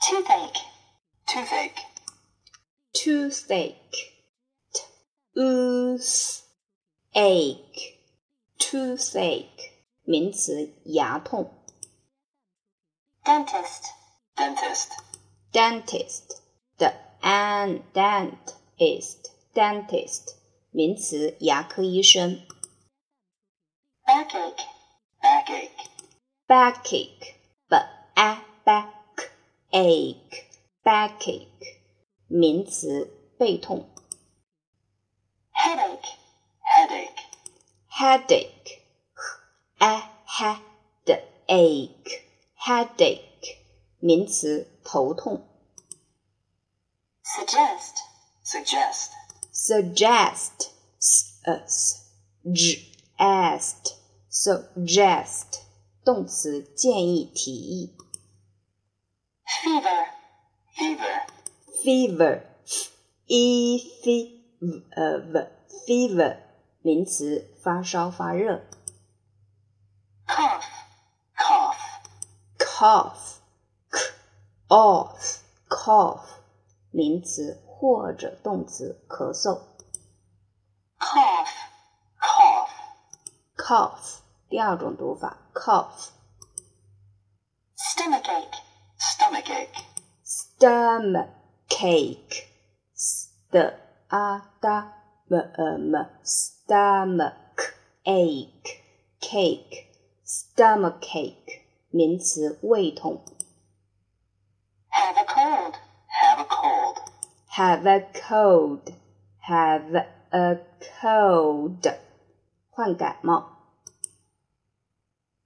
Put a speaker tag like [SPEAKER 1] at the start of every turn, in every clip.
[SPEAKER 1] toothache, toothache,
[SPEAKER 2] toothache, tooth ache, toothache，名词，牙痛。
[SPEAKER 1] dentist, dentist,
[SPEAKER 2] dentist 的 an dent is dentist，名词，牙科医生。
[SPEAKER 1] backache, backache,
[SPEAKER 2] backache 不 a back ache backache 名词，背痛。
[SPEAKER 1] headache, headache,
[SPEAKER 2] headache a head ache headache 名词，头痛。
[SPEAKER 1] suggest, suggest,
[SPEAKER 2] suggest s g s t suggest 动词，建议、提议。
[SPEAKER 1] fever, fever,
[SPEAKER 2] fever e f e v fever 名词，发烧、发热。
[SPEAKER 1] cough, cough,
[SPEAKER 2] cough c off cough 名词或者动词，咳嗽。
[SPEAKER 1] cough, cough,
[SPEAKER 2] cough 第二种读法，cough
[SPEAKER 1] stomachache, stomachache,
[SPEAKER 2] stomachache st a d m m stomach ache cake stomachache 名词，胃痛。
[SPEAKER 1] have a cold, have a cold,
[SPEAKER 2] have a cold, have a cold，患感冒。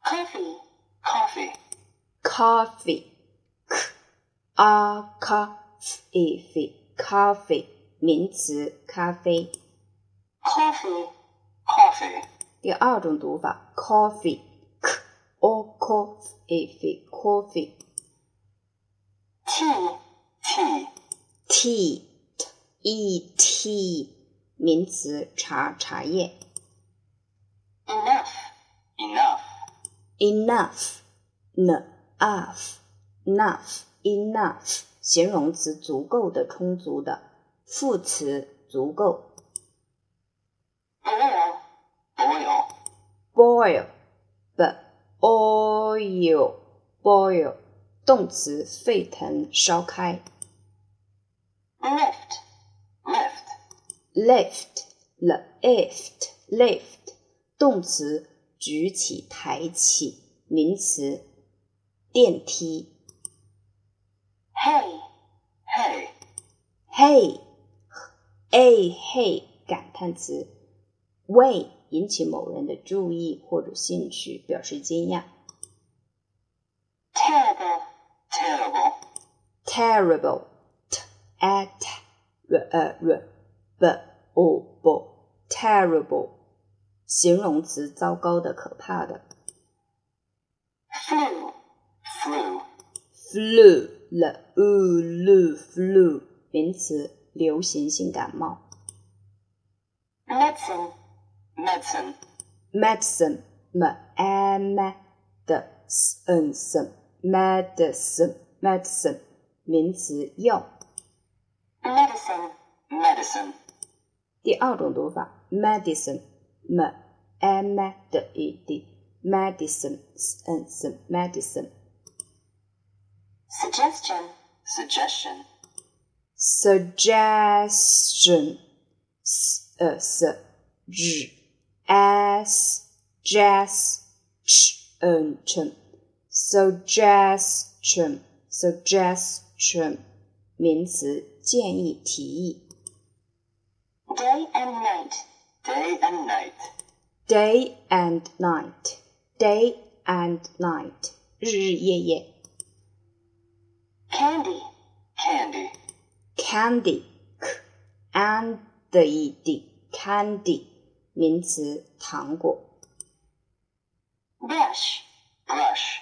[SPEAKER 1] coffee, coffee,
[SPEAKER 2] coffee, c a coffee, coffee，名词，咖啡。
[SPEAKER 1] coffee, coffee,
[SPEAKER 2] 第二种读法，coffee, c o coffee, coffee。
[SPEAKER 1] tea, tea,
[SPEAKER 2] tea, t e t，名词，茶，茶叶。
[SPEAKER 1] enough, enough,
[SPEAKER 2] enough, enough, enough, enough，形容词，足够的、充足的；副词，足够。
[SPEAKER 1] boil,
[SPEAKER 2] boil,
[SPEAKER 1] boil,
[SPEAKER 2] b oil, boil，动词，沸腾、烧开。
[SPEAKER 1] lift, lift,
[SPEAKER 2] lift, lift, lift，动词，举起、抬起；名词，电梯。
[SPEAKER 1] hey, hey,
[SPEAKER 2] hey a hey 感叹词，way 引起某人的注意或者兴趣，表示惊讶。
[SPEAKER 1] terrible, terrible,
[SPEAKER 2] terrible t a t r a r b o b 哦 terrible 形容词，糟糕的、可怕的。
[SPEAKER 1] flu, flu,
[SPEAKER 2] flu l u lu flu 名词，流行性感冒。
[SPEAKER 1] medicine, medicine,
[SPEAKER 2] medicine m a m 的 s n s medicine medicine 名词药。
[SPEAKER 1] medicine, medicine,
[SPEAKER 2] 第二种读法 medicine m a m 的 e d medicine s n s medicine
[SPEAKER 1] suggestion, suggestion,
[SPEAKER 2] suggestion s s g 呃 s jazz ch n ch suggestion suggestion 名词，建议、提议。
[SPEAKER 1] day and night, day and night,
[SPEAKER 2] day and night day and night 日日夜夜。
[SPEAKER 1] candy, candy,
[SPEAKER 2] candy c and e d candy 名词，糖果。
[SPEAKER 1] brush, brush,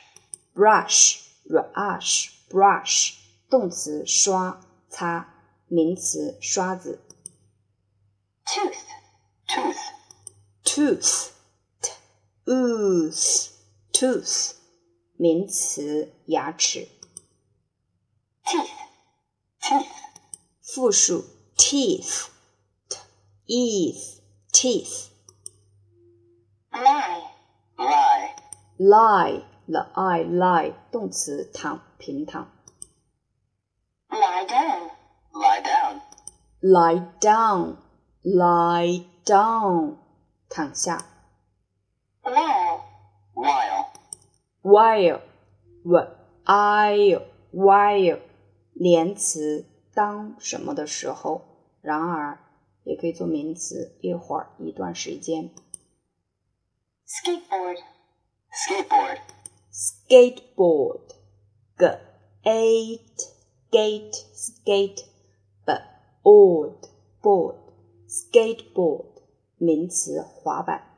[SPEAKER 2] brush brush brush 动词，刷、擦；名词，刷子。
[SPEAKER 1] tooth, tooth,
[SPEAKER 2] tooth tooth tooth 名词，牙齿。
[SPEAKER 1] teeth,
[SPEAKER 2] 复数 teeth teeth teeth
[SPEAKER 1] lie, lie,
[SPEAKER 2] lie l i lie 动词躺平躺
[SPEAKER 1] lie down, lie down,
[SPEAKER 2] lie down lie down 躺下
[SPEAKER 1] while, while,
[SPEAKER 2] while while while 连词，当什么的时候，然而也可以做名词，一会儿，一段时间。
[SPEAKER 1] skateboard, skateboard,
[SPEAKER 2] skateboard g a t gate skate b old board skateboard 名词，滑板。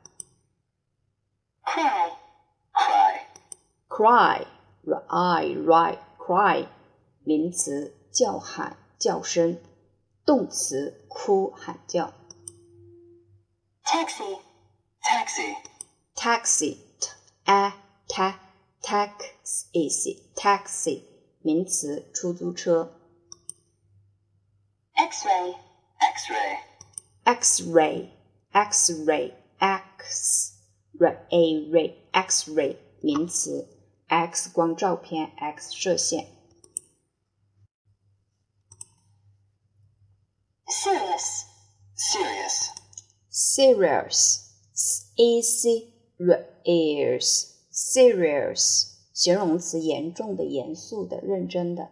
[SPEAKER 1] cry, cry,
[SPEAKER 2] cry r i r cry 名词叫喊叫声，动词哭喊叫。
[SPEAKER 1] taxi, taxi,
[SPEAKER 2] taxi t a ta taxi taxi 名词出租车。
[SPEAKER 1] x-ray, x-ray,
[SPEAKER 2] x-ray x-ray x ray ray x-ray 名词 X 光照片 X 射线。
[SPEAKER 1] serious, serious,
[SPEAKER 2] serious e c r i s serious 形容词，严重的、严肃的、认真的。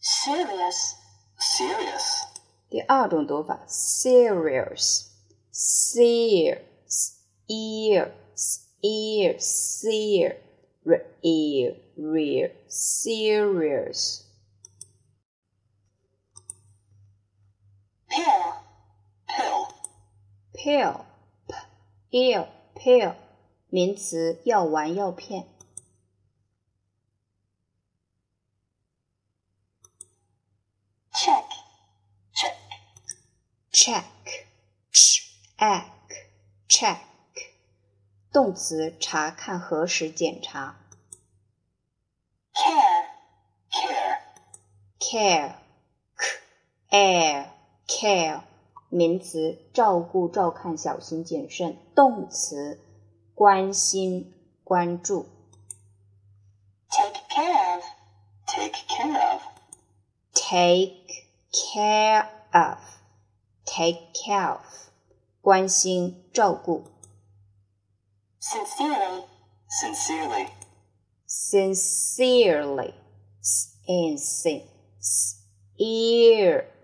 [SPEAKER 1] serious, serious,
[SPEAKER 2] 第二种读法，serious serious ear ear sear ear rear serious
[SPEAKER 1] pill, pill,
[SPEAKER 2] pill p ill pill 名词，药丸、药片。
[SPEAKER 1] check, check,
[SPEAKER 2] check check check 动词，查看、核实、检查。
[SPEAKER 1] care, care,
[SPEAKER 2] care c air care 名词，照顾、照看、小心、谨慎；动词，关心、关注。
[SPEAKER 1] take care of, take care of,
[SPEAKER 2] take care of take care of 关心、照顾。
[SPEAKER 1] sincerely, sincerely,
[SPEAKER 2] sincerely sincere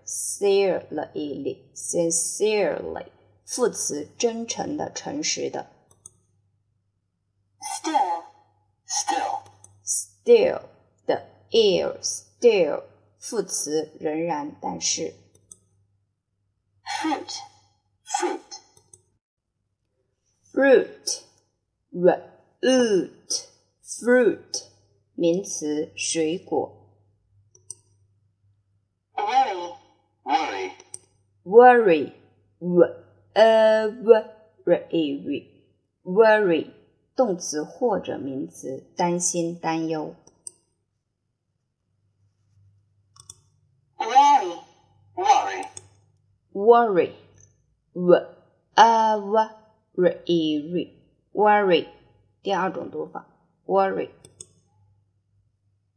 [SPEAKER 2] sincerely sincerely 副词，真诚的、诚实的。
[SPEAKER 1] still, still,
[SPEAKER 2] still 的 ill still 副词仍然，但是
[SPEAKER 1] fruit, fruit,
[SPEAKER 2] fruit root fruit 名词水果
[SPEAKER 1] worry, worry,
[SPEAKER 2] worry w a worry worry 动词或者名词担心担忧
[SPEAKER 1] worry, worry,
[SPEAKER 2] worry w a worry worry 第二种读法 worry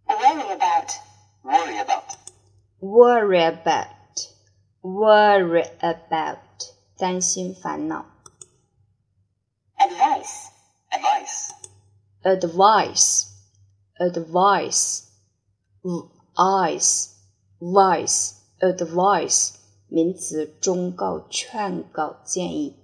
[SPEAKER 1] worry about, worry about,
[SPEAKER 2] worry about, worry about，担心烦恼。
[SPEAKER 1] advice, advice,
[SPEAKER 2] advice, advice, advice, advice, advice，名词，忠告、劝告、建议。